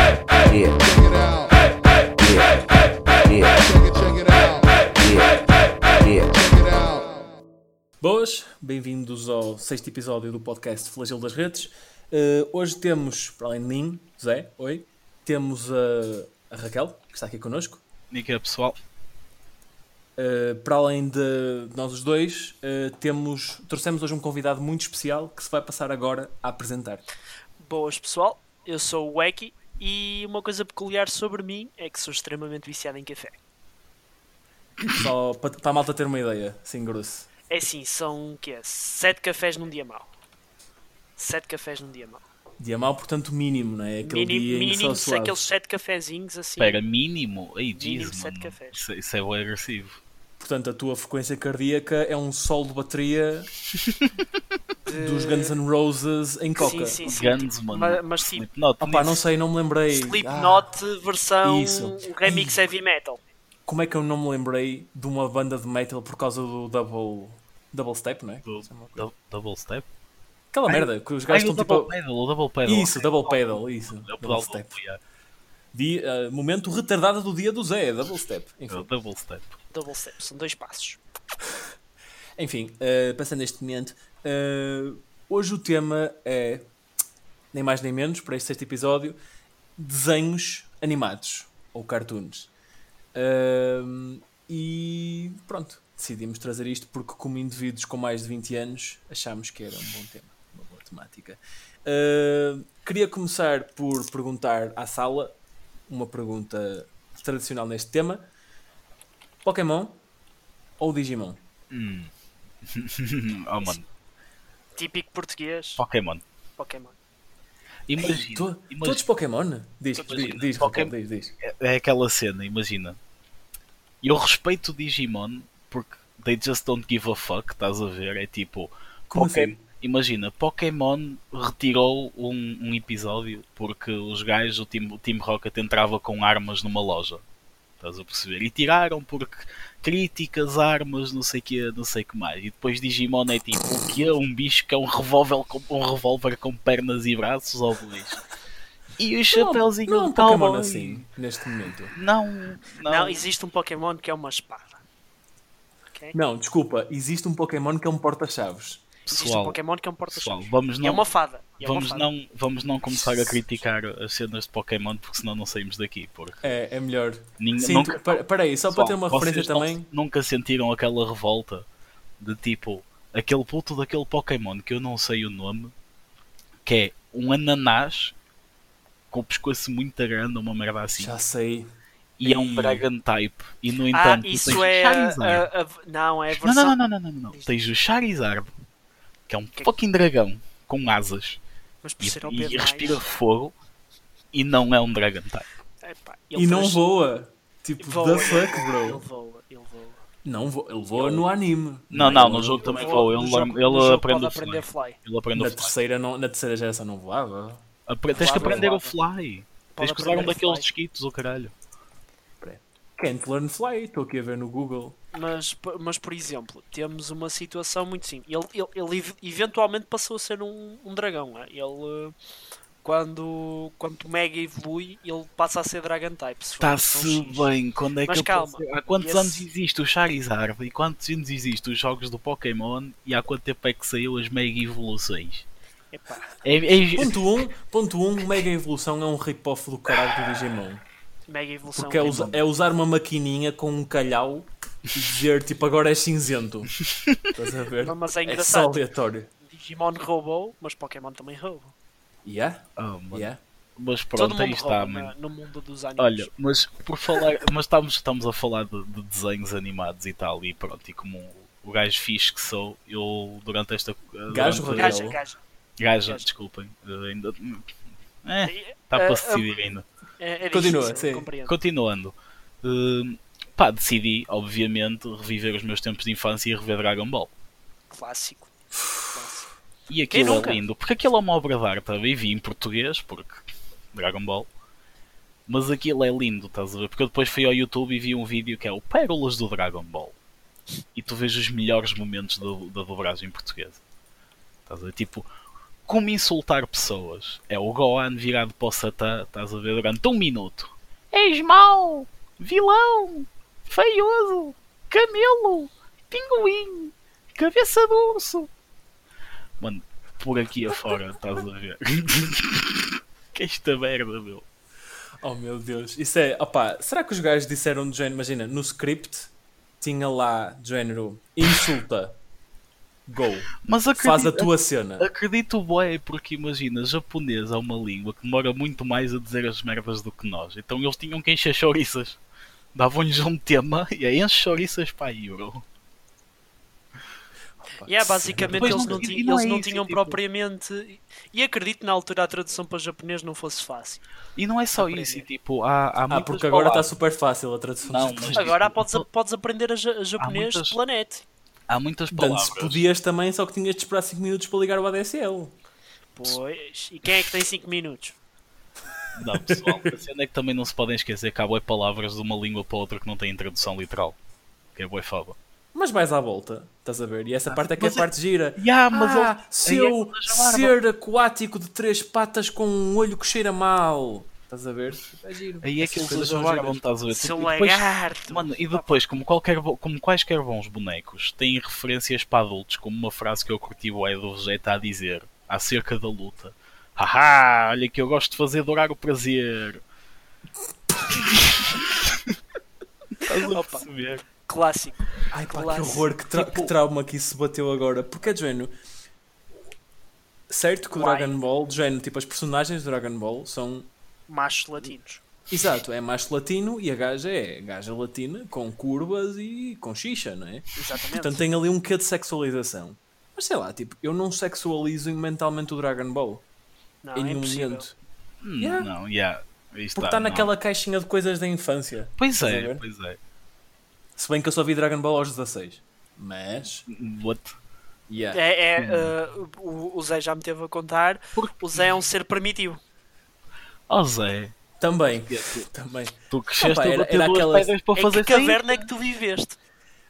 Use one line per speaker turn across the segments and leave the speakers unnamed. Yeah.
Check it out.
Yeah. Yeah.
Check it, check it out.
Yeah. Yeah.
Check it out.
Boas, bem-vindos ao sexto episódio do podcast Flagelo das Redes. Eh, hoje temos, para além de mim, Zé, oi, temos a, a Raquel, que está aqui connosco.
Dica pessoal.
Eh, para além de nós os dois, eh, temos, trouxemos hoje um convidado muito especial que se vai passar agora a apresentar.
Boas pessoal, eu sou o Wacky e uma coisa peculiar sobre mim é que sou extremamente viciado em café.
Só para, para a malta ter uma ideia, sim, grosso.
É assim, são o quê? 7 cafés num dia mau. 7 cafés num dia mau.
Dia mau, portanto, mínimo, não é? Aquele
Mínimo,
dia em que só
mínimo se
suave.
aqueles 7 cafezinhos assim.
Espera, mínimo. Ei, Jesus,
sete
mano.
cafés.
Isso, isso é o agressivo.
Portanto, a tua frequência cardíaca é um sol de bateria dos Guns N' Roses em coca.
Sim, sim, sim.
Guns,
tipo,
mano.
ma- mas tipo,
Slipknot,
Opa, não
nisso.
sei, não me lembrei.
Slipknot versão
Ah, isso.
remix heavy metal.
Ah, como é que eu não me lembrei de uma banda de metal por causa do Double, double Step, não é?
Do- do- double step?
Aquela merda que os
Ah,
gajos
o
estão
double
tipo.
pedal, o double pedal.
Isso, Double Pedal, isso.
É o
Double
pedal do
Step.
yeah,
Di- ah, momento retardado do dia do Zé, Double Step.
é o
Enfim,
double step.
Double step, são dois passos.
Enfim ah, passando este momento, ah, hoje o tema é, nem mais nem menos, para este sexto episódio, desenhos animados ou cartoons. Ahm, e pronto, decidimos trazer isto porque, como indivíduos com mais de 20 anos, achámos que era um bom tema, uma boa temática. Ahm, queria começar por perguntar à sala uma pergunta tradicional neste tema: Pokémon ou Digimon?
Hum, oh, mano.
Típico português,
Pokémon.
Pokémon.
Imagina.
Tu-
imagina-
Todos Pokémon? Diz,
Todos
diz,
Digimon.
diz, Raquel,
Pokémon.
diz, diz.
é- é aquela cena, imagina. Eu respeito o Digimon porque they just don't give a fuck, estás a ver? É tipo.
Como
Poké-
assim?
Imagina, Pokémon retirou um, um episódio porque os gajos, o Team, o Team Rocket entrava com armas numa loja. Estás a perceber? E tiraram porque críticas, armas, não sei o que, não sei o que mais. E depois Digimon é tipo, o que é um bicho que é um revólver com, um revólver com pernas e braços ou dois? E o chapéuzinho
não, é
de
um Pokémon
cowboy?
assim, neste momento.
Não, não.
Não. existe um Pokémon que é uma espada. Ok?
Não, desculpa, existe um Pokémon que é um porta-chaves.
existe um
pessoal,
Pokémon que é um
pessoal,
porta-chaves.
vamos
E é
não,
uma fada. e é uma
vamos,
fada.
não, vamos não começar a criticar as cenas de Pokémon porque senão não saímos daqui. Porque
É, é melhor.
Ninguém-
Sim,
nunca-
tu- pera- peraí, só para ter uma
Pessoal,
referência
vocês não-
também.
Nunca sentiram aquela revolta de tipo aquele puto daquele Pokémon que eu não sei o nome, que é um ananás com o pescoço muito grande, uma merda assim,
Já sei.
e é um Dragon type. E no
Ah,
entanto, tu tens
isso
o
é.
Charizard.
a- a- a- não, é a
Não,
versão.
não, não, não, não, não, não. Tens o Charizard, que é um fucking dragão com asas.
Mas por
e,
ser ao
e
Pedro
respira fogo e não é um Dragon Type.
E não voa. Tipo,
Voa.
the fuck,
Ele
bro.
voa, ele voa.
Não voa. Ele voa no anime. é um
Não, não, no jogo também
Voa,
voa. Ele,
no jogo-
ele
no jogo
aprende o
pode
fly.
aprender fly.
Ele aprende
Na
o fly.
terceira, não, na terceira geração não voava.
Apre- Tens que
Voava,
aprender o
voava.
fly. Tens
Pode
que usar um
aprender
daqueles
fly.
disquitos, o caralho.
Can't learn fly, estou aqui a ver no Google.
Mas, p- mas, por exemplo, temos uma situação muito simples. Ele, ele, ele ev- eventualmente passou a ser um, um dragão. né? Ele. eh, Quando, quando o Mega evolui, ele passa a ser Dragon Type. se for a
Está-se
versão X.
bem. Quando é que
Mas
eu posso-
calma,
Há quantos
esse-
anos existe o Charizard? E quantos anos existe os jogos do Pokémon? E há quanto tempo é que saiu as Mega Evoluções?
Epá,
É, é-
Ponto 1, um, ponto um, Mega Evolução é um rip-off do caralho do Digimon.
Mega evolução.
Porque é, usa- é usar uma maquininha com um calhau e dizer tipo agora é cinzento. Estás a ver?
Não, mas é
é só
engraçado.
aleatório.
Digimon roubou, mas Pokémon também roubou.
Yeah?
Ah, mano.
Yeah.
Mas pronto,
Todo
aí
mundo
está,
rouba
mano.
na- no mundo dos animes.
Olha, mas por falar, mas estamos, estamos a falar de, de desenhos animados e tal, e pronto, e como o gajo fixe que sou, eu durante esta.
Gajo,
durante,
gaja,
Gabriel.
gaja.
Gaja,
gajo.
desculpem. eh, Ainda. É,
É-
está para
é-
se decidir ainda.
é- é
Continua,
difícil,
sim.
compreendo.
Continuando. eh, pá, decidi, obviamente, reviver os meus tempos de infância e rever Dragon Ball.
Clássico. Clássico.
E aquilo
nunca?
é lindo, porque aquilo é uma obra de arte, eu vi em português, porque Dragon Ball. Mas aquilo é lindo, estás a ver? Porque eu depois fui ao YouTube e vi um vídeo que é o Pérolas do Dragon Ball. E tu vês os melhores momentos da, da dobragem portuguesa. Estás a ver? Tipo, como insultar pessoas. É o Gohan virado para o Satã, estás a ver, durante um minuto. És mau, vilão, feioso, camelo, pinguim, cabeça de urso. Mano, por aqui afora, estás a ver.
é
que esta merda, meu.
Oh meu Deus, isso é. Opá, será que os gajos disseram do género? Imagina, no script tinha lá do género insulta, go,
Mas
faz a
acredita-
tua cena.
Acredito bué, porque imagina, japonês é uma língua que demora muito mais a dizer as merdas do que nós. Então eles tinham que encher chouriças. Davam-lhes um tema e aí enche chouriças para a Euro.
E é, basicamente
Pois
eles
não-
não,
e
ti-
não é
eles não
isso,
tinham
tipo-
propriamente. E acredito na altura a tradução para o japonês não fosse fácil.
E não é só
Aprender.
isso, e, tipo, há, há
Ah,
muitas
porque agora está
palavras-
super fácil a tradução.
Não,
dos-
mas-
Agora podes, podes aprender a, ja- a japonês
muitas-
de planete.
há muitas palavras.
Antes podias também, só que tinhas de esperar 5 minutos para ligar o ADSL.
Pois. E quem é que tem 5 minutos?
Não, pessoal, a cena é que também não se podem esquecer que há bué palavras de uma língua para outra que não têm tradução literal. Que é bué foda.
Mas mais à volta, estás a ver? E essa parte é que é a
mas é-
parte gira.
Ya, mas
ah,
ele- aí é
seu
que estás a barba.
ser aquático de três patas com um olho que cheira mal. Estás a ver? É giro.
Aí é
Essas
que eles
coisas são
ajudaram,
giras.
estás a ver?
Seu
E depois-
lagarto!
Mano, e depois, como, qualquer bo- como quaisquer bons bonecos, têm referências para adultos, como uma frase que eu curti o do Vegeta a dizer acerca da luta. Haha, olha que eu gosto de fazer durar o prazer. Estás a
Opa.
perceber?
Clássico.
Ai pá, que
Clássico.
horror, que, tra- que trauma que isso se bateu agora. Porque é de género. Certo que o
Why?
Dragon Ball, de género, tipo, as personagens do Dragon Ball são.
Machos latinos.
Exato, é macho latino e a gaja é gaja latina com curvas e com xixa, não é?
Exatamente.
Portanto, tem ali um quê de sexualização. Mas sei lá, tipo, eu não sexualizo mentalmente o Dragon Ball em
não,
um
é
nenhum
impossível.
momento.
Hum,
Yeah.
Não, yeah. Aí
Porque
está,
está
não.
naquela caixinha de coisas da infância.
Pois
Estás a
é,
ver?
pois é.
Se bem que eu só vi Dragon Ball aos 16. Mas.
What?
Yeah.
É, é, uh, o, o Zé já me teve a contar. O Zé é um ser primitivo.
Oh Zé,
Também. Também.
tu cresceste
Opa,
a
era-
bater
era
duas
aquelas-
pedras para
Em
fazer assim?
que caverna é que tu viveste?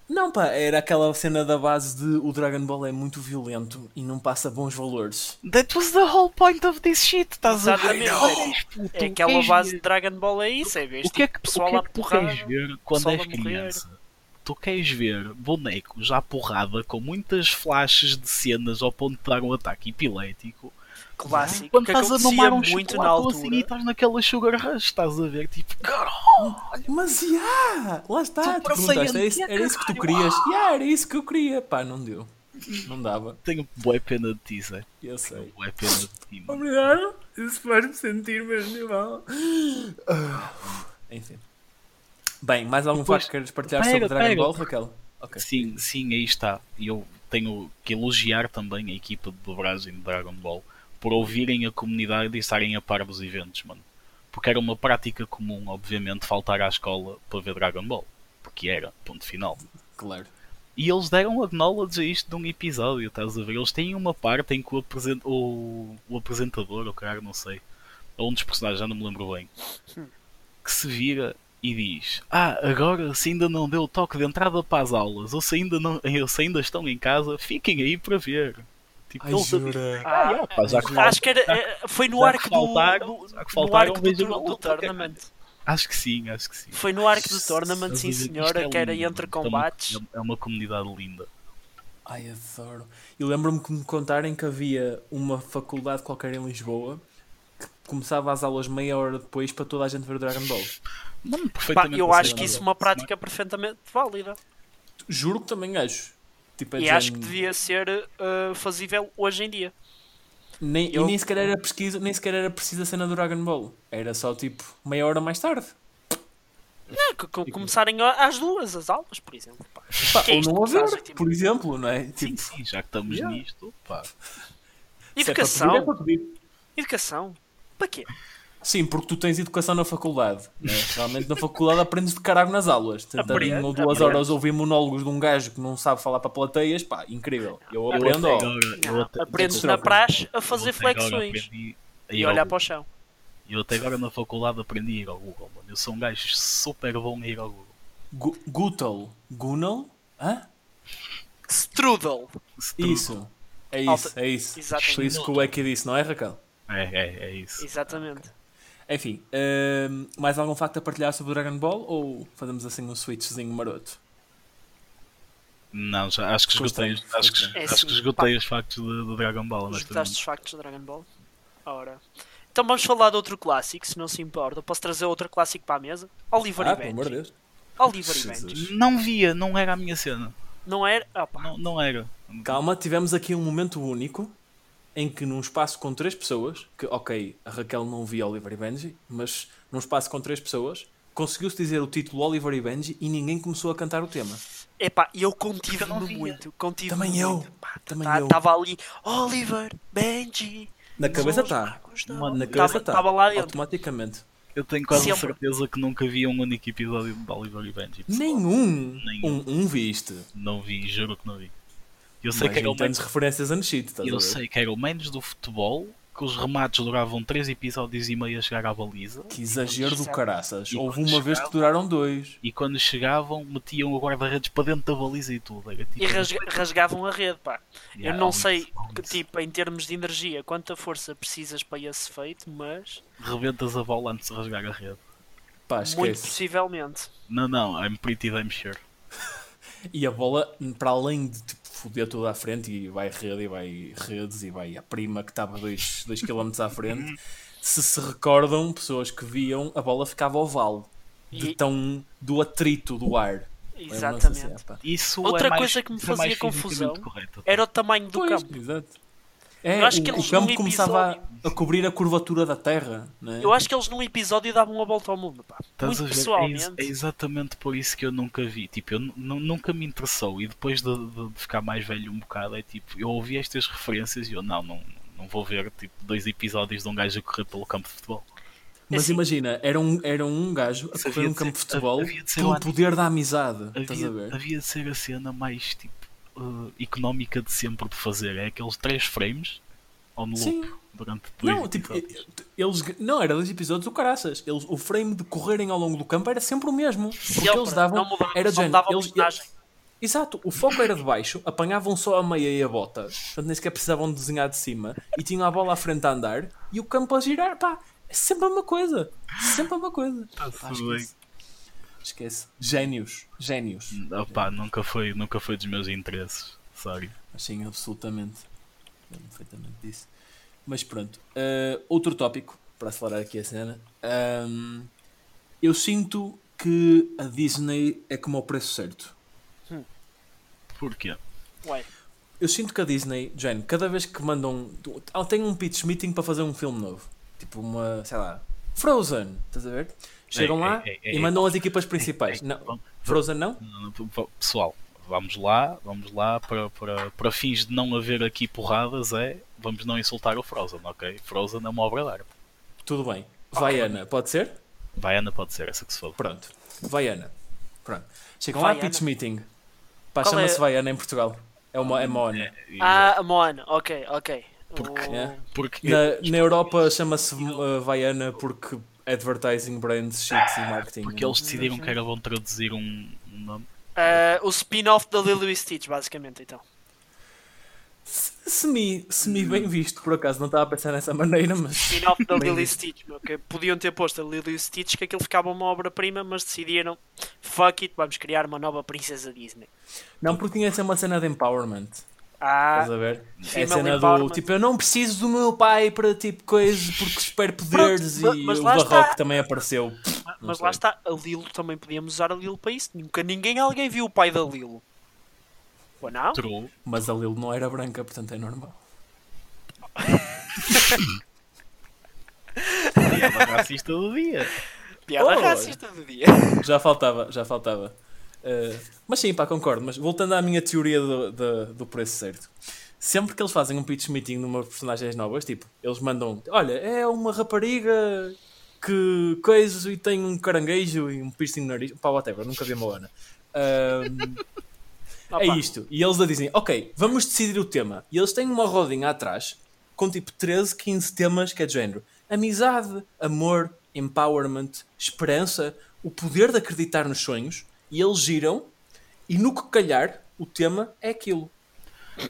Não, pá, era aquela cena da base de o Dragon Ball é muito violento e não passa bons valores.
sair? That was the whole point of this shit, estás a ver?
Exatamente.
Oh, és puto,
É aquela
és
base de Dragon Ball aí,
O
sabe? Este
que é que, o
tipo, pessoal
que, é
à
que tu
porrada.
queres ver quando
pessoal
és
a morrer.
criança? Tu queres ver bonecos à porrada com muitas flashes de cenas ao ponto de dar um ataque epilético.
Clássico.
Quando
é que
estás a
acontecia
mamar um
muito
muito
na altura.
assim e estás naquela sugar rush, estás a ver, tipo, caralho,
Mas, yeah, lá está,
Tu
tu perguntaste, era isso,
Saiyan,
era isso que tu
caralho,
querias? Yeah, era isso que eu queria. Pá, não deu. Não dava,
tenho bué pena de ti, Zé.
eu sei.
Bué pena de ti, mano.
Obrigado, isso faz-me sentir mesmo mal. Enfim. Bem, mais algum
Depois-
facto que queres partilhar
Pera,
sobre Dragon
pera.
Ball, Raquel? Ok.
Sim, sim, aí está. E eu tenho que elogiar também a equipa de dobragem de Dragon Ball por ouvirem a comunidade e estarem a par dos eventos, mano. Porque era uma prática comum, obviamente, faltar à escola para ver Dragon Ball. Porque era, ponto final.
Claro.
E eles deram acknowledge a isto de um episódio, estás a ver? Eles têm uma parte em que o, apresen- o- o apresentador, ou caralho, não sei, ou um dos personagens, já não me lembro bem,
Hum.
que se vira e diz: Ah, agora se ainda não deu o toque de entrada para as aulas, ou se ainda, não, ou se ainda estão em casa, fiquem aí para ver. Tipo,
Ai,
eles a dizer,
jura.
"Ah, é, pá, já que fal-
Acho que era, é, foi no
já
arco
que
do,
faltaram-
do-
já que um
no
faltaram,
arco do,
vejam
tur-
a
do
luta,
tournament.
acho que sim, acho que sim.
Foi no arco do tournament, sim
Isto
senhora,
é
que era
lindo,
entre
mano. É uma-
combates.
É uma comunidade linda.
Ai, adoro. E lembro-me que me contarem que havia uma faculdade qualquer em Lisboa que começava as aulas meia hora depois para toda a gente ver o Dragon Ball.
Mano,
Pá,
perfeitamente
eu acho
aceitável.
que isso é uma prática perfeitamente válida.
Juro que também acho. Tipo, é
E
dizer,
acho que
um-
devia ser uh, fazível hoje em dia.
nem,
eu-
E nem sequer era pesquisa, nem sequer era precisa a cena do Dragon Ball. Era só tipo meia hora mais tarde.
Não, que, que começarem a- às duas as aulas, por exemplo. pá.
Pá,
Que é
ou
isto
não
que
haver,
fazem, tipo,
por exemplo, não é?
Sim,
Tipo,
sim, já que estamos
Yeah.
nisto, pá.
se é para pedir, é
Educação,
para pedir.
educação. Para quê?
Sim, porque tu tens educação na faculdade. Né? Realmente na faculdade aprendes de caralho nas aulas. Tentar em
Aprendes,
uma ou duas
aprendes.
horas ouvir monólogos de um gajo que não sabe falar para plateias, pá, incrível. Eu
Eu
aprendo,
até
ó.
agora- eu
Não,
até-
aprendes
eu
na
até
praxe a
agora
fazer
aprendi
flexões
a ir
e
ao
olhar para
Google.
o chão.
Eu até agora na faculdade aprendi a ir ao Google, mano. Eu sou um gajo super bom a ir ao Google.
Gu- Gutel. Gunal? Hã?
Strudel.
Se tu-
Isso. É
Alta-
isso, é isso.
Exatamente.
Foi isso que o Eki disse, não é, Raquel?
É, é, é isso.
Exatamente.
Enfim, hum, mais algum facto a partilhar sobre o Dragon Ball ou fazemos assim um switchzinho maroto?
Não, já, acho que esgotei, os- acho que,
É
acho que
sim,
esgotei os factos do, do Dragon Ball,
Esgotaste
honestamente.
os factos de Dragon Ball? Ora. Então vamos falar de outro clássico, se não se importa. Posso trazer outro clássico para a mesa? Oliver
ah,
e
pelo amor de
Benji.
Deus.
Oliver e
Jesus.
Benji.
Não via, não era a minha cena.
Não era. Opa,
Não, não era.
Calma, tivemos aqui um momento único em que num espaço com três pessoas, que ok, a Raquel não via Oliver e Benji, mas num espaço com três pessoas, conseguiu-se dizer o título Oliver e Benji e ninguém começou a cantar o tema.
Epá, eu
Eu não
contive-me
via.
muito. Contive
Também eu, também eu.
Estava ali, Oliver, Benji.
Na cabeça
os
está.
magos da
Na
luz.
cabeça tá.
Tava-
está.
tava lá dentro.
Automaticamente.
Eu tenho quase
Sempre.
certeza que nunca vi um único episódio de Oliver e Benji. pessoal.
Nenhum. Um,
Nenhum.
um viste.
Não vi, juro que não vi. Eu sei,
Mas
que era, o
grandes
menos,
referências a Unshit, estás a
eu
ver?
sei que era o menos do futebol, que os remates duravam 3 episódios e meio a chegar à baliza,
Que exagero do
é-
Exato.
caraças.
E
Houve
quando
uma vez que
chegava-
duraram dois.
e quando chegavam metiam o guarda-redes para dentro da baliza e tudo. Era tipo,
E rasga- rasgavam a rede, pá.
Yeah,
eu não
há isso,
sei,
há
que,
isso.
tipo, em termos de energia, quanta força precisas para esse feito, mas
Rebentas a bola antes de rasgar a rede.
Pá,
é
muito
esquece.
possivelmente.
Não, não, I'm pretty damn sure.
E a bola, para além de tipo, foder toda à frente, e vai rede, e vai redes, e vai a prima que estava 2 km à
Uhum.
frente, se se recordam, pessoas que viam, a bola ficava oval. De
E-
tão, do atrito do ar. Lembram-se assim,
Exatamente.
epá.
Isso
Outra
é mais-
coisa que me
isso é mais
fazia confusão
fisicamente correto.
Era o tamanho do
Pois,
campo.
exato. É,
Eu acho
o,
que
o
eles num
campo começava
episódio-
a, a cobrir a curvatura da terra, não é?
Eu acho que eles num episódio davam a volta ao mundo, pá.
Estás a
muito
ver?
pessoalmente.
É, ex- é exatamente por isso que eu nunca vi. Tipo, eu nu- nu- nunca me interessou. E depois de, de- de ficar mais velho um bocado, é tipo, eu ouvi estas referências e eu não, não, não vou ver tipo, dois episódios de um gajo a correr pelo campo de futebol.
Mas
assim-
imagina, era um, era um gajo a
Isso
correr
havia
um
de
campo de
ser-
futebol
havia de ser
um
pelo
lá-
poder da amizade. Estás
Havia,
a ver?
havia de ser a cena mais tipo eh, económica de sempre de fazer. É aqueles três frames on loop
Sim.
durante dois
Não, tipo,
episódios.
eles. Não, era dois episódios do caraças. Eles, o frame de correrem ao longo do campo era sempre o mesmo. Porque
Sempre,
eles davam.
não mudava,
era de
só
género,
mudava a
eles-
personagem.
Exato, o foco era de baixo, apanhavam só a meia e a bota, portanto nem sequer precisavam de desenhar de cima, e tinham a bola à frente a andar e o campo a girar, pá, é sempre a mesma coisa, sempre a mesma coisa.
Tá.
Ah,
Pá,
tudo
esquece. esquece. Génios, génios.
Opá, Ah, nunca foi, nunca foi dos meus interesses. Sorry.
Mas Sim, absolutamente. Lembro perfeitamente disso. Mas pronto. eh, outro tópico, para acelerar aqui a cena. Ahm, eu sinto que a Disney é como ao preço certo.
Porquê?
Ué,
Eu sinto que a Disney, Jane, cada vez que mandam. ah, Tem um pitch meeting para fazer um filme novo. Tipo uma, sei lá. Frozen, estás a ver? Chegam
Ei,
lá
ei, ei,
e
ei.
mandam as equipas principais.
Ei,
Não,
vamos-
Frozen não?
Não, não, p- p- Pessoal, vamos lá, vamos lá para, para, para fins de não haver aqui porradas é vamos não insultar o Frozen, ok? Frozen é uma obra de arte.
Tudo bem. Vai, Ana, pode ser?
Vai Ana pode ser essa que se for.
Pronto. Vaiana. Pronto. Chegam lá
Vaiana?
a pitch meeting. Pá,
Qual
chama-se
é?
Vaiana em Portugal. É uma, é uma ONU.
Ah, a Moana, ok, ok.
Porque-
O-
É.
Porque
Na, na Europa chama-se uh, Vaiana porque advertising, brands, shit e marketing.
porque eles decidiram que era bom traduzir um, um nome.
Ah, o spin-off da Lilo e Stitch, basicamente, então.
Semi, semi bem visto, por acaso. Não estava a pensar nessa maneira, mas.
spin-off da
Bem
Lilo e
visto.
Stitch, meu, que podiam ter posto a Lilo e Stitch que aquilo ficava uma obra-prima, mas decidiram, fuck it, vamos criar uma nova princesa Disney.
Não, porque tinha de ser uma cena de empowerment.
Ah,
Estás a ver? É a
Female
cena do
empowerment.
tipo, eu não preciso do meu pai para tipo coisa porque espero poderes
Pronto,
e
mas
o
lá
Barroco
está.
também apareceu. Não
mas
sei.
lá está, a Lilo também podíamos usar a Lilo para isso. Nunca ninguém, alguém viu o pai da Lilo. Ou não?
True.
Mas a Lilo não era branca, portanto é normal.
Piada racista do dia.
Piada
Oh.
racista do dia.
Já faltava, já faltava. Uh, mas sim, pá, concordo. Mas voltando à minha teoria do, do, do preço certo. Sempre que eles fazem um pitch meeting de umas personagens novas, tipo, eles mandam, olha, é uma rapariga que coisa e tem um caranguejo e um piercing no nariz. Pá, whatever, nunca vi a Moana. Um,
Opa,
é isto. E eles a dizem, ok, vamos decidir o tema. E eles têm uma rodinha atrás com tipo 13, 15 temas que é de género. Amizade, amor, empowerment, esperança, o poder de acreditar nos sonhos. E eles giram e no que calhar o tema é aquilo.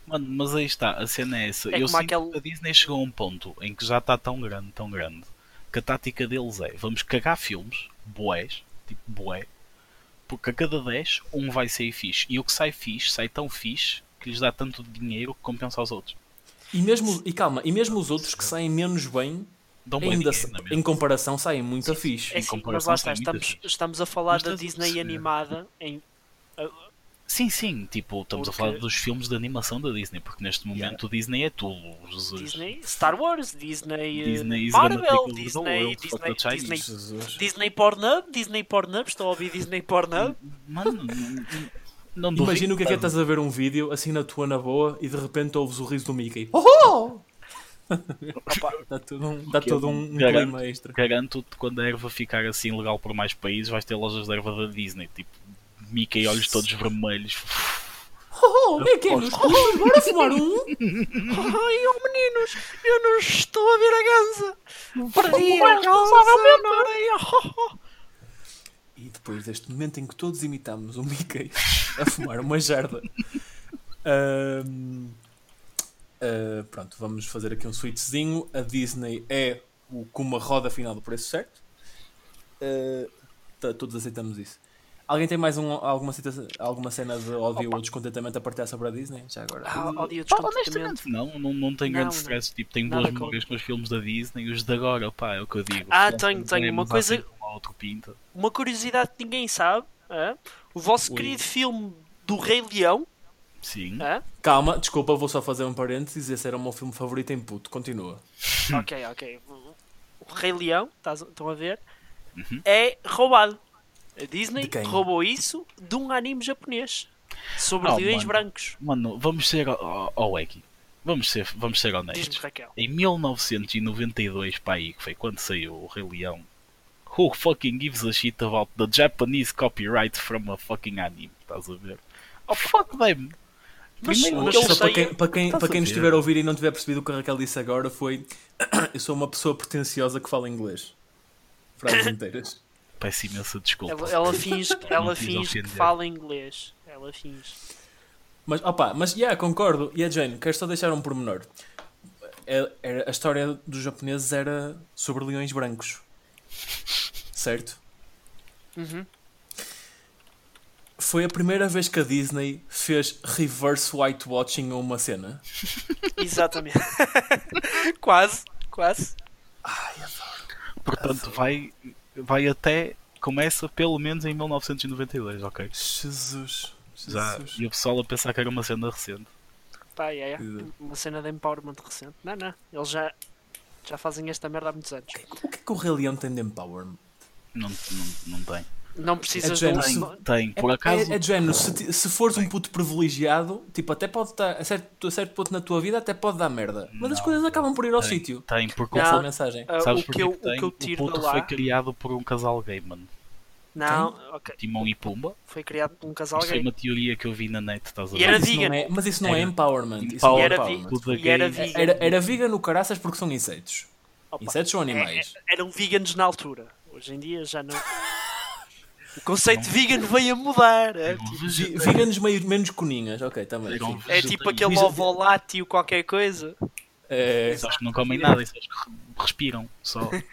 Mano, mas aí está, a cena é essa.
É
eu
como
sinto
aquele-
que a Disney chegou a um ponto em que já está tão grande, tão grande, que a tática deles é vamos cagar filmes, boés, tipo boé, porque a cada 10 um vai sair fixe. E o que sai fixe, sai tão fixe que lhes dá tanto dinheiro que compensa aos outros.
E mesmo, e calma, e mesmo os outros que saem menos bem,
Dão bem
ainda
dinheiro,
sa-
não é mesmo?
em comparação, saem muito fixe.
É
Em
assim, mas
comparação,
lá está,
tem muitas
estamos,
vezes.
estamos a falar
Mas
da
estás a
Disney
perceber.
animada em
Sim, sim, tipo, estamos
Porque-
a falar dos filmes de animação da Disney, porque neste momento o Disney é tudo, Jesus.
Disney, Star Wars, Disney, eh,
Disney is gonna take
Marvel,
over the
Disney,
world, fuck
Disney,
the Chinese.
Disney,
Jesus.
Disney Pornhub, Disney Pornhub, estou a ouvir Disney Pornhub.
Mano, não- não duvido,
Imagina o que é que é
mano.
estás a ver um vídeo assim na tua na boa e de repente ouves o riso do Mickey. dá todo um, dá
é
todo
é
um, um
Garanto.
clima extra.
Garanto-te quando a erva ficar assim legal por mais países, vais ter lojas de erva da Disney, tipo Mickey, olhos todos vermelhos.
Oh,
É
Mickey, nos clubes, bora fumar um?
Ai, oh meninos, eu não estou a ver a ganza. Perdi a ganza na areia.
E depois deste momento em que todos imitámos o Mickey a fumar uma jarda. Ahm, ah, pronto, vamos fazer aqui um switchzinho. A Disney é o com uma roda final do preço certo. Ah, tá, todos aceitamos isso. Alguém tem mais um- alguma, cita- alguma cena de ódio ou descontentamento a partilhar sobre a Disney? Já agora.
Ah, ódio
Pá,
descontentamento.
honestamente, não, não, não tenho
Não,
grande
não.
stress. Tipo, tenho
Nada
boas
contra.
memórias com os filmes da Disney, os de agora, pá, é o que eu digo.
Ah,
Não
tenho,
sei,
tenho. Uma
mas há
coisa-
sempre um ou outro pinta.
Uma curiosidade que ninguém sabe, é? o vosso
Ui.
querido filme do Rei Leão,
Sim.
é?
Calma, desculpa, vou só fazer um parênteses. Esse era o meu filme favorito em puto. Continua.
ok, ok, o Rei Leão, estás- estão a ver, é roubado. A Disney
De quem?
roubou isso de um anime japonês sobre
Oh,
leões
mano.
brancos.
Mano, vamos ser. Ó, ó, Eki, vamos ser, vamos ser
Diz-me,
honestos.
Raquel.
Em 1992, pá, aí, que foi quando saiu o Rei Leão. Who fucking gives a shit about the Japanese copyright from a fucking anime? Estás a ver? Oh, fuck them!
Mas
Primeiro,
o
eles
que eu
Só para
sei é
quem, para quem,
Estás
para quem
a
nos
ver?
estiver a ouvir e não tiver percebido o que a Raquel disse agora foi Eu sou uma pessoa pretenciosa que fala inglês. Frases inteiras.
Peço imensa desculpa.
Ela, ela finge, ela
quis
finge que
ofender.
fala inglês. Ela finge.
Mas, opa, mas, yeah, concordo. E a Jane, quero só deixar um pormenor. É- era- a história dos japoneses era sobre leões brancos. Certo?
Uhum.
Foi a primeira vez que a Disney fez reverse whitewashing a uma cena.
Exatamente. quase, quase.
Portanto, vai, vai até. Começa pelo menos em 1992, ok?
Jesus. Jesus.
Já, e o pessoal a pensar que era uma cena recente.
Pá, é, é.
Exato.
Uma cena de empowerment recente. Não, não. Eles já, já fazem esta merda há muitos anos.
O que é que o Rei Leão tem de empowerment?
Não, não, não tem.
Não precisas de
É
um.
James.
não-
Tem, tem. Por acaso.
É, é de género, se, ti- se fores um puto privilegiado, tipo, até pode estar a certo, a certo ponto na tua vida, até pode dar merda. Mas as
Não, é.
coisas acabam por ir ao
tem,
sítio.
Tem, porque
Não.
o
Essa é a
filme.
mensagem.
Ah,
Sabes
o,
porquê
que eu,
que
o
tem?
que eu
o
tiro de
puto
lá.
foi criado por um casal gay, mano.
Não, ok.
Timão e Pumba.
Foi criado por um casal
Isso foi
gay.
uma teoria que eu vi na net, estás a
E era
Mas
ver?
isso não
vegan.
é- mas isso não é
Era-
empowerment. Isso não
E
é
era,
Paulo,
empowerment.
vi-
É,
Paulo, tudo
e era
gay.
vegan.
Era, era vegan o caraças porque são insetos.
Opa,
Insetos são animais.
é- é- eram veganos na altura. Hoje em dia já não. O conceito de vegan veio a mudar. É, tipo,
Vi- Veganos meio, menos coninhas, ok, tá também.
Era um
Sim.
é
vegetariano.
tipo aquele
Veja-
ovo lácteo qualquer coisa.
É,
Só os que não comem nada, esses que respiram só.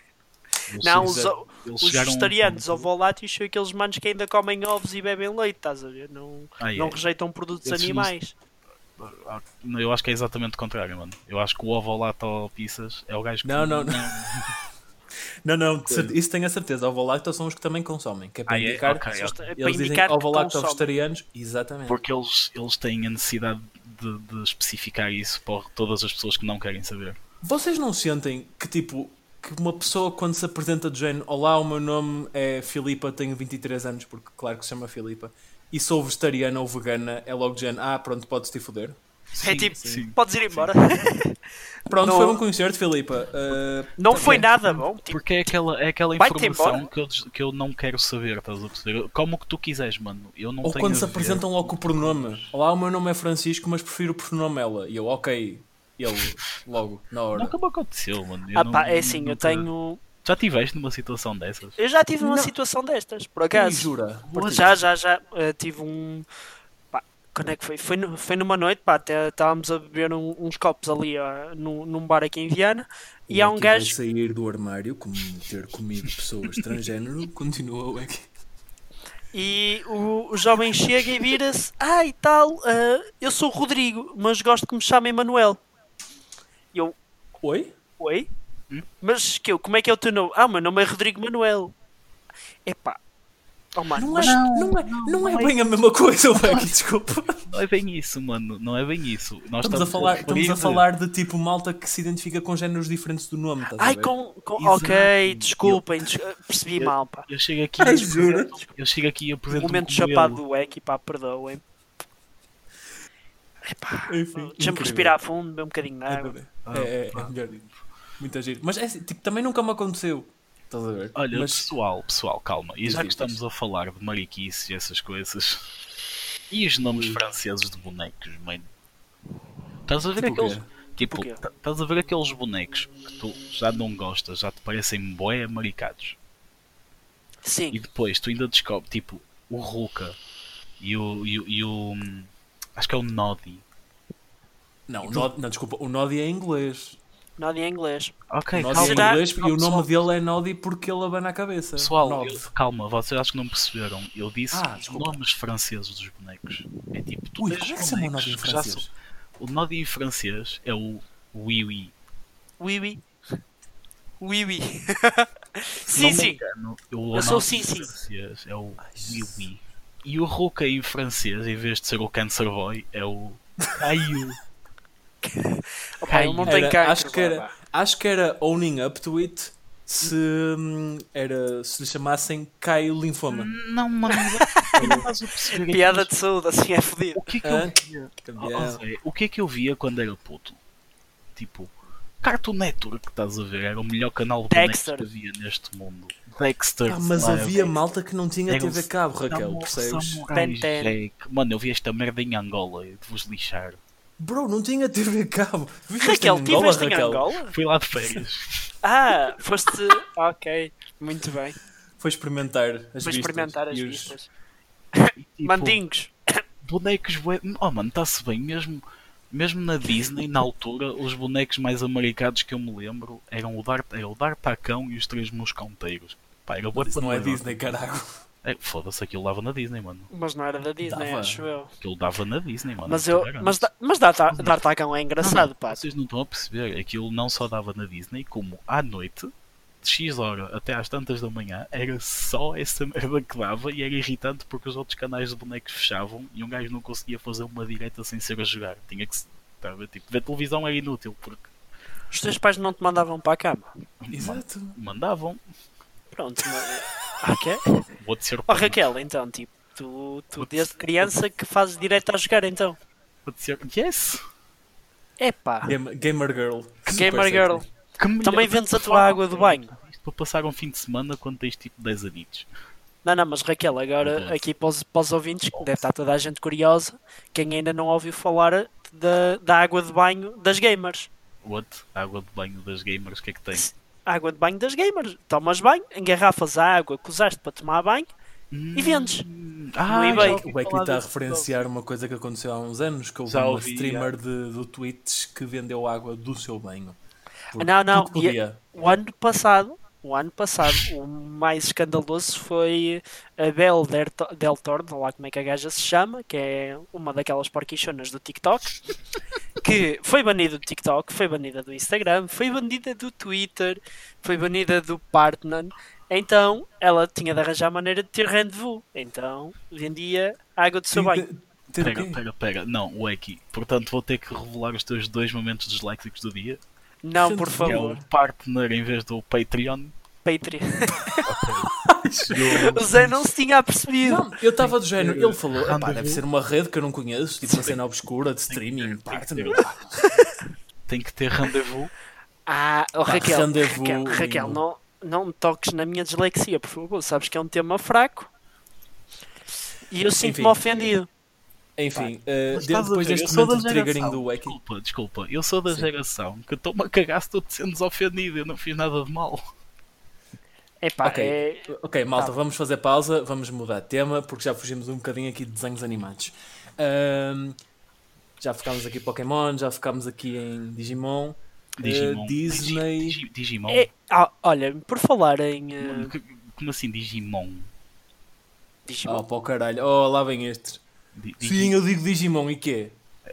Eles-
Não,
eles-
os, o-
eles
os
chegaram a um
vegetarianos
ponto-
ovo lácteos são aqueles manos que ainda comem ovos e bebem leite, estás a ver? Não,
Ah, é.
não rejeitam produtos
Esses não-
animais.
Ah, não, Eu acho que é exatamente o contrário, mano. Eu acho que o ovo lá ao pizzas é o gajo que.
Não, não, não. Não, não, de cer- isso tenho a certeza. Ovo lacto são os que também consomem. Que é para
Ah, é?
indicar.
Ok,
Só está- é para
Eles dizem
indicar que
ovo
é
lacto
consomem.
vegetarianos. Exatamente.
Porque eles, eles têm a necessidade de, de especificar isso para todas as pessoas que não querem saber.
Vocês não sentem que tipo que uma pessoa quando se apresenta de género Olá, o meu nome é Filipa, tenho 23 anos, porque claro que se chama Filipa, e sou vegetariana ou vegana, é logo de género, ah, pronto, podes-te foder.
é tipo,
sim.
podes ir embora.
Pronto,
Não-
foi um concerto, Filipa. Ah,
Não
tá
foi
bem.
nada bom. Tipo,
Porque é aquela, é aquela
Vai-te
informação
embora.
que eu, des- que eu não quero saber, estás a perceber? Como o que tu quiseres, mano. Eu não
Ou
tenho
quando
a
se
ver.
apresentam logo com o pronome. Olá, o meu nome é Francisco, mas prefiro o pronome ela. E eu, ok. Ele, logo, na hora.
Nunca me aconteceu, mano. Eu
ah
não-
pá, é assim, eu
nunca-
tenho.
Já tiveste numa situação dessas?
Eu já tive uma
Não.
situação destas, por
Quem
acaso.
jura?
Já, já, já. eh, tive um. pá, Quando é que foi? Foi, nu- foi numa noite, pá, até estávamos a beber um- uns copos ali ah, num, num bar aqui em Viana e há um
aqui vai
gajo.
é sair do armário, como ter comido pessoas transgénero, continuou aqui.
E o, o jovem chega e vira-se: Ah, e tal, ah, eu sou o Rodrigo, mas gosto que me chamem Manuel. E eu,
Oi?
oi? Hum? Mas que eu, como é que é o teu nome? Ah, o meu nome é Rodrigo Manuel. Epá, oh, mano,
Não é,
mas
não, é, não é bem a mesma coisa, Beck, desculpa.
Não é bem isso, mano. Não é bem isso. Nós
Estamos a falar, estamos a
referir-
falar de tipo malta que se identifica com géneros diferentes do nome, estás a
Ai,
ver?
com, com-
Exato.
ok, desculpem, des- ah, percebi mal, pá.
Eu chego aqui
Ai,
e
jura?
apresento- Eu chego aqui e
O
apresento.
momento chapado do Eki, pá, perdoem.
Enfim,
Deixa-me
incrível.
respirar fundo, beber um bocadinho de
É,
água.
bebê.
Ah,
é, é, é melhor dizer. Muito giro. Mas é assim, tipo, também nunca me aconteceu. Estás a ver?
Olha,
Mas
pessoal, pessoal, calma. E já
Diz,
que
diz.
estamos a falar de mariquices e essas coisas. E os
Hum.
nomes franceses de bonecos, mano? Estás a ver
Tipo o
aqueles.
quê?
Tipo,
Tipo o quê?
tá- estás a ver aqueles bonecos que tu já não gostas, já te parecem boé maricados.
Sim,
E depois tu ainda descobres, tipo, o Ruka e o. E, o- e o acho que é o Noddy.
não, o Nod- não, desculpa, o Noddy é inglês.
nada em inglês.
Ok,
O Noddy
calma.
Será-
é inglês e o
Pessoal.
nome dele é Noddy porque ele abana a cabeça.
Pessoal,
Nod.
eu- calma, vocês acho que não perceberam. Eu disse
Ah,
os
desculpa.
nomes franceses dos bonecos. É tipo, tu
Ui,
tens
como é que se chama o
bonecos
Noddy em
que já
francês?
são- O Noddy em francês é o Wiwi.
Wiwi. Wiwi.
Se não
Sim,
me
sim.
engano, um o
Eu sou
Noddy
sim,
em
sim.
francês é o Wiwi. E o Ruka em francês, em vez de ser o Cancer Boy, é o Caio.
Opa, ele não
Era-
tem
Era,
cancro.
acho, que era, acho que era owning up to it se, hum, era, se lhe chamassem Caio Linfoma.
não, mano, não estás a perceber.
Piada de saúde, assim é fodido.
O que é que
Ah,
eu via? Oh, Zé, o que é que eu via quando era puto? Tipo, Cartoon Network, estás a ver? Era o melhor canal de bonecos
Dexter.
que havia neste mundo. Dexter.
Ah, mas
Lab,
havia malta que não tinha
É
era o
TV cabo, Raquel,
Samu-
percebes?
Samurai
Ten-ten.
Jack. Mano, eu vi esta merda em Angola, eu de vos lixar.
Bro, não tinha TV cabo. Viveste
Raquel,
em Angola,
tiveste em
Raquel?
Angola?
Fui lá de férias.
Ah, foste. Ok, muito bem.
Foi experimentar as
Vou
vistas.
experimentar as
e os-
vistas.
E, tipo,
Mandingos.
bonecos bué- Oh mano, está-se bem, mesmo, mesmo na Disney, na altura, os bonecos mais americados que eu me lembro eram o Dart, era o D'Artacão e os três mosconteiros. Pá, era bué
Isso não é
paneleiro.
Disney, caralho.
É, Foda-se, aquilo dava na Disney, mano.
Mas não era da Disney,
Dava.
acho eu.
Aquilo dava na Disney, mano.
Mas eu.
Era.
Mas, da- mas dar D'Artagnan é engraçado, pá.
Vocês não estão a perceber, aquilo não só dava na Disney, como à noite, de X hora até às tantas da manhã, era só essa merda que dava e era irritante porque os outros canais de bonecos fechavam e um gajo não conseguia fazer uma direta sem ser a jogar. Tinha que se. Tá a ver? Tipo, ver televisão era inútil porque
Os teus pais não te mandavam para a cama.
Exato.
mandavam.
Pronto, mas... Ok.
Vou-te ser
Ó
pano,
Raquel, então, tipo, tu, tu desde criança que fazes direto a jogar, então.
vou-te ser. Yes!
Epá,
Game- Gamer Girl. Super
Gamer
sexy.
Girl,
Que melhor-
também vendes a tua água do banho.
Isto para passar um fim de semana quando tens tipo 10 anitos.
Não, não, mas Raquel, agora aqui para os, para os ouvintes, que deve estar toda a gente curiosa, quem ainda não ouviu falar da, da água de banho das gamers.
What? A água de banho das gamers, o que é que tem?
A água de banho das gamers. Tomas banho, engarrafas a água que usaste para tomar banho e vendes.
Ah,
No eBay.
já ouvi
O Beck
falar
está a
desse
referenciar uma coisa que aconteceu há uns anos, que houve
Já
uma
ouvi,
streamer de, do Twitch que vendeu água do seu banho. Por
Não, não,
tudo que
e- é
podia.
O ano passado, o ano passado, o mais escandaloso foi a Belle Del Tor- Del Tordo, lá como é que a gaja se chama, que é uma daquelas porquichonas do TikTok, que foi banida do TikTok, foi banida do Instagram, foi banida do Twitter, foi banida do Partner. Então, ela tinha de arranjar maneira de ter rendezvous. Então, vendia água do seu banho.
Ter o
Pera,
quê?
pera, pera. Não, o Eki. Portanto, vou ter que revelar os teus dois momentos disléxicos do dia.
Não, por
Que é o
favor.
partner em vez do Patreon.
Patreon. o Zé não se tinha apercebido.
Não, eu estava do género, ele falou,
Rendezvous.
"Epá, deve ser uma rede que eu não conheço, tipo uma cena obscura de streaming, tá-" partner.
Tem que ter rendezvous.
Ah, oh, Raquel,
rendezvous
Raquel,
lindo.
Raquel, não, não me toques na minha dislexia, por favor. Sabes que é um tema fraco. E eu
Enfim.
sinto-me ofendido.
Enfim, eh,
Mas
de-
estás a
depois
ver,
deste
eu sou
momento de
da
triggering
geração-
do Wacky,
Desculpa, desculpa. Eu sou da geração que estou-me a cagar se estou te sendo ofendido. Eu não fiz nada de mal.
Epá,
Ok.
é-
Tá.
Ok, malta, vamos fazer pausa, vamos mudar de tema, porque já fugimos um bocadinho aqui de desenhos animados. Ahm, já ficámos aqui em Pokémon, já ficámos aqui em Digimon. Eh,
Digimon.
Disney.
Digi- Digimon.
É, ah, olha, por falar em eh,
Mano, que- Como assim Digimon?
Digimon,
Oh, para o caralho. Oh, lá vem este.
Di-
Sim,
Digi-
eu digo Digimon e quê?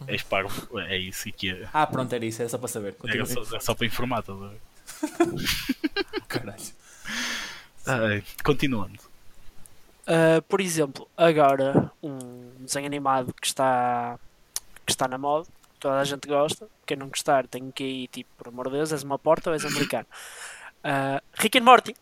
És parvo. É isso aqui. É,
Ah, pronto, era isso, era só para saber.
é,
Continua.
só, é só para informar, estás a ver?
Caralho.
Ai, é. continuando.
Ah, por exemplo, agora um desenho animado que está, que está na moda, toda a gente gosta. Quem não gostar tem que ir, tipo, por amor de Deus, és uma porta ou és americano. Ah, Rick and Morty,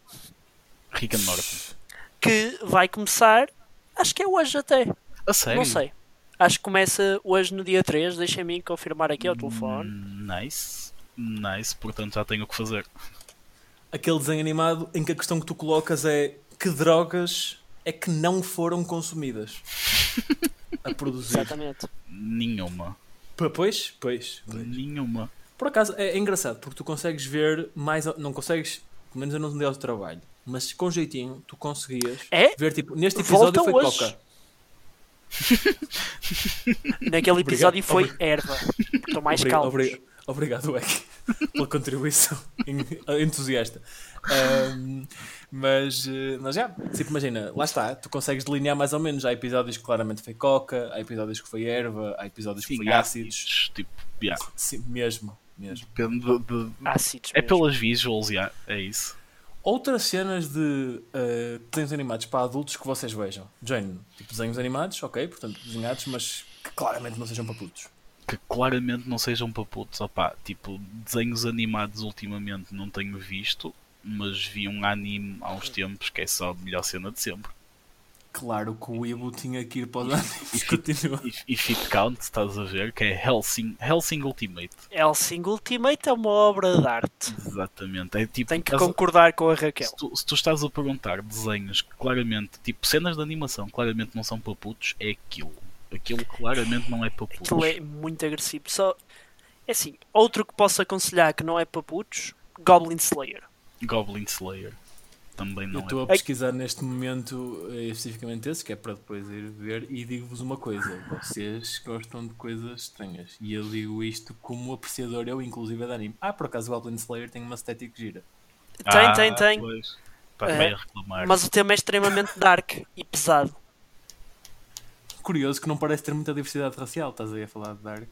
Rick and Morty.
que vai começar, acho que é hoje até,
A sério?
não sei. Acho que começa hoje no dia 3, deixem-me confirmar aqui ao telefone.
Hum, Nice. Nice, portanto já tenho o que fazer.
Aquele desenho animado em que a questão que tu colocas é que drogas é que não foram consumidas a produzir.
Exatamente.
Nenhuma.
Pa- Pois, pois, pois.
Nenhuma.
Por acaso é, é engraçado porque tu consegues ver mais. ou- Não consegues, pelo menos eu não dei ao trabalho, mas com jeitinho tu conseguias
É?
ver tipo. Neste episódio
Volta
foi
hoje.
coca.
Naquele episódio
Obrigado.
foi erva. Estou mais
Obri-
calmo.
obri- Obrigado, Eck, pela contribuição en- entusiasta. Ahm, mas, eh, mas já, tipo, imagina, lá está, tu consegues delinear mais ou menos. Há episódios que claramente foi coca, há episódios que foi erva, há episódios que
Sim,
foi ácidos.
ácidos, Tipo, yeah.
Sim, mesmo, mesmo.
Depende de- de-
Ácidos
É
mesmo.
pelas visuals, yeah. é isso.
Outras cenas de eh, desenhos animados para adultos que vocês vejam. Jane, tipo desenhos animados, ok, portanto desenhados, mas que claramente não sejam para putos.
que claramente não sejam para putos. Opá, tipo, desenhos animados ultimamente não tenho visto, mas vi um anime há uns tempos que é só a melhor cena de sempre.
Claro que o Ibo tinha que ir para os animes. Continua.
E, e fit count, estás a ver, que é Helsing, Helsing Ultimate.
Helsing É Ultimate é uma obra de arte.
Exatamente. É tipo,
Tenho que
estás a-
concordar com a Raquel.
se, tu, se tu estás a perguntar desenhos que claramente, tipo, cenas de animação claramente não são para putos, é aquilo. Aquilo claramente não é para putos.
Aquilo é muito agressivo. Só, é assim, outro que posso aconselhar que não é para putos, Goblin Slayer.
Goblin Slayer. Também
Eu
não
estou
é.
a pesquisar neste momento eh, especificamente esse, que é para depois ir ver, e digo-vos uma coisa: vocês gostam de coisas estranhas. E eu digo isto como apreciador, eu inclusive de anime. Ah, por acaso o Goblin Slayer tem uma estética gira.
Tem,
Ah,
tem, tem.
pois. Pá,
É.
vai a reclamar.
Mas o tema é extremamente dark e pesado.
Curioso que não parece ter muita diversidade racial, estás aí a falar de Dark.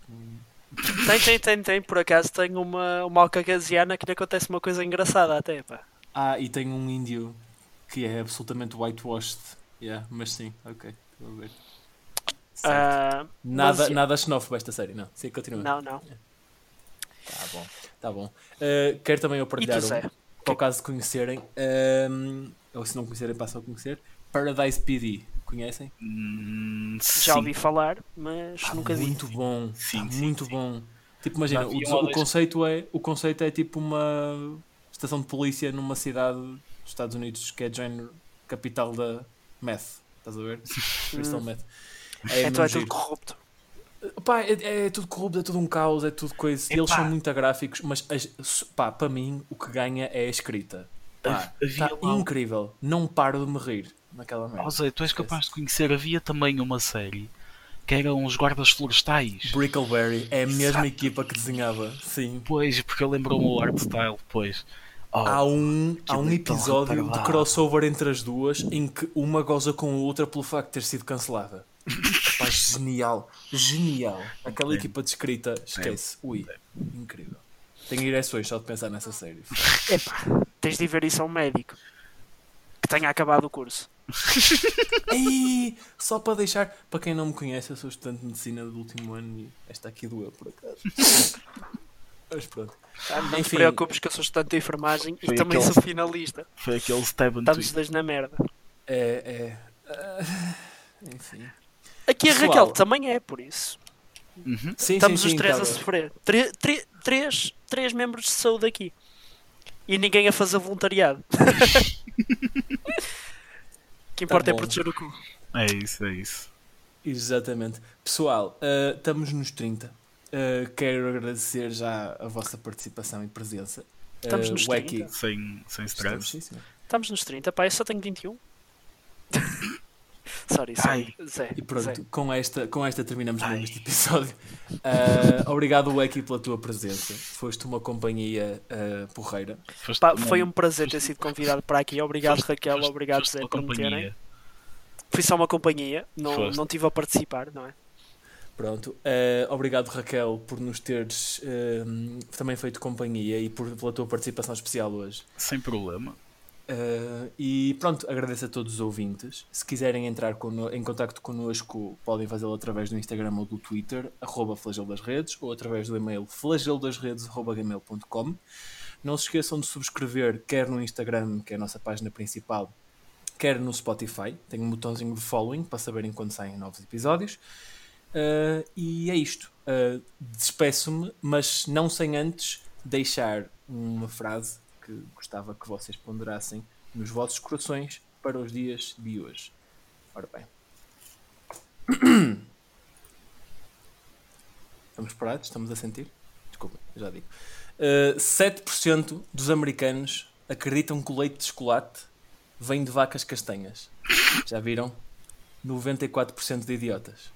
Tem, tem, tem, tem. Por acaso tem uma, uma alcagasiana que lhe acontece uma coisa engraçada até, pá.
Ah, e tem um índio que é absolutamente whitewashed. Yeah, mas sim, ok, estou a ver. Certo.
Ah,
nada,
mas-
nada xenófobo esta série, não. Sim, continua.
Não, não.
Tá bom, tá bom. Eh, quero também eu
E
partilhar
tu,
um,
Zé?
para o caso de conhecerem, ehm, ou se não conhecerem, passam a conhecer, Paradise PD. Conhecem?
Hum,
Já
sim.
ouvi falar, mas
Pá,
nunca vi.
muito bom, pá,
Sim, sim,
muito
sim.
bom. Tipo, imagina,
Já
o,
vi um
o
ou dois.
conceito é, o conceito é tipo uma estação de polícia numa cidade dos Estados Unidos que é género capital da meth. Estás a ver? Crystal meth. É,
Então
mesmo
é tudo
giro.
corrupto.
Pá, é, é tudo corrupto, é tudo um caos, é tudo coisa. E eles
Epá.
são muito gráficos, mas as- pá, para mim o que ganha é a escrita. Pá,
Havia
está
lá-
incrível. Não paro de me rir naquela merda.
Oh, Zé, tu és capaz de conhecer. Havia também uma série que eram os guardas florestais.
Brickleberry é a mesma equipa que desenhava. Sim.
Pois, porque eu lembro-me o art style, pois. Oh,
Ah,
Há um, há um
bonitão,
episódio de
retardado.
crossover entre as duas em que uma goza com a outra pelo facto de ter sido cancelada. Pá, genial. Genial. Aquela equipa de escrita, esquece. Ui, incrível. Tenho ereções só de pensar nessa série.
Epá, tens de ir ver isso a um médico que tenha acabado o curso.
Ei, só para deixar, para quem não me conhece, eu sou estudante de medicina do último ano e esta aqui doeu, por acaso. Mas pronto.
Ah, Não te
Enfim.
preocupes que eu sou estudante de enfermagem e
Foi
também
aquele-
sou finalista.
foi aquele stab and
Estamos os
twist.
dois na merda.
É, é. ah, enfim.
Aqui a
Pessoal.
Raquel também é, por isso.
Sim,
Estamos
sim,
os
sim,
três
tá
a
bem.
sofrer. Tre- tre- três, três membros de saúde aqui. E ninguém a fazer voluntariado. O que importa é
Tá bom.
proteger o cu.
É isso, é isso.
Exatamente. Pessoal, ah, estamos nos 30. Ah, quero agradecer já a vossa participação e presença.
Estamos
Ah,
nos
o Eki-
30.
Sem, sem
Estamos,
stress.
sim, senhor.
Estamos nos 30, pá, eu só tenho 21. Sorry, sorry. Zé.
E pronto,
Zé.
com esta, com esta terminamos mesmo este episódio. Ah, obrigado, Weki, pela tua presença. Foste uma companhia ah, porreira.
Foste
Pá,
uma-
foi um prazer ter sido convidado para aqui. Obrigado,
foste-
Raquel.
foste-
obrigado,
foste
Zé,
uma
por me terem.
companhia.
Fui só uma companhia. Não,
Foste.
não estive a participar, não é?
Pronto, ah, obrigado, Raquel, por nos teres ah, também feito companhia e por, pela tua participação especial hoje.
Sem problema.
Uh, e pronto, agradeço a todos os ouvintes. Se quiserem entrar conno- em contacto connosco, podem fazê-lo através do Instagram ou do Twitter, arroba flagelo das redes, ou através do e-mail flageldasredes.gmail.com. Não se esqueçam de subscrever, quer no Instagram, que é a nossa página principal, quer no Spotify. Tem um botãozinho de following para saberem quando saem novos episódios. Uh, e é isto. Uh, Despeço-me, mas não sem antes deixar uma frase que gostava que vocês ponderassem nos vossos corações para os dias de hoje. Ora bem. Estamos parados? Estamos a sentir? Desculpa, já digo. Uh, 7% dos americanos acreditam que o leite de chocolate vem de vacas castanhas. Já viram? 94% de idiotas.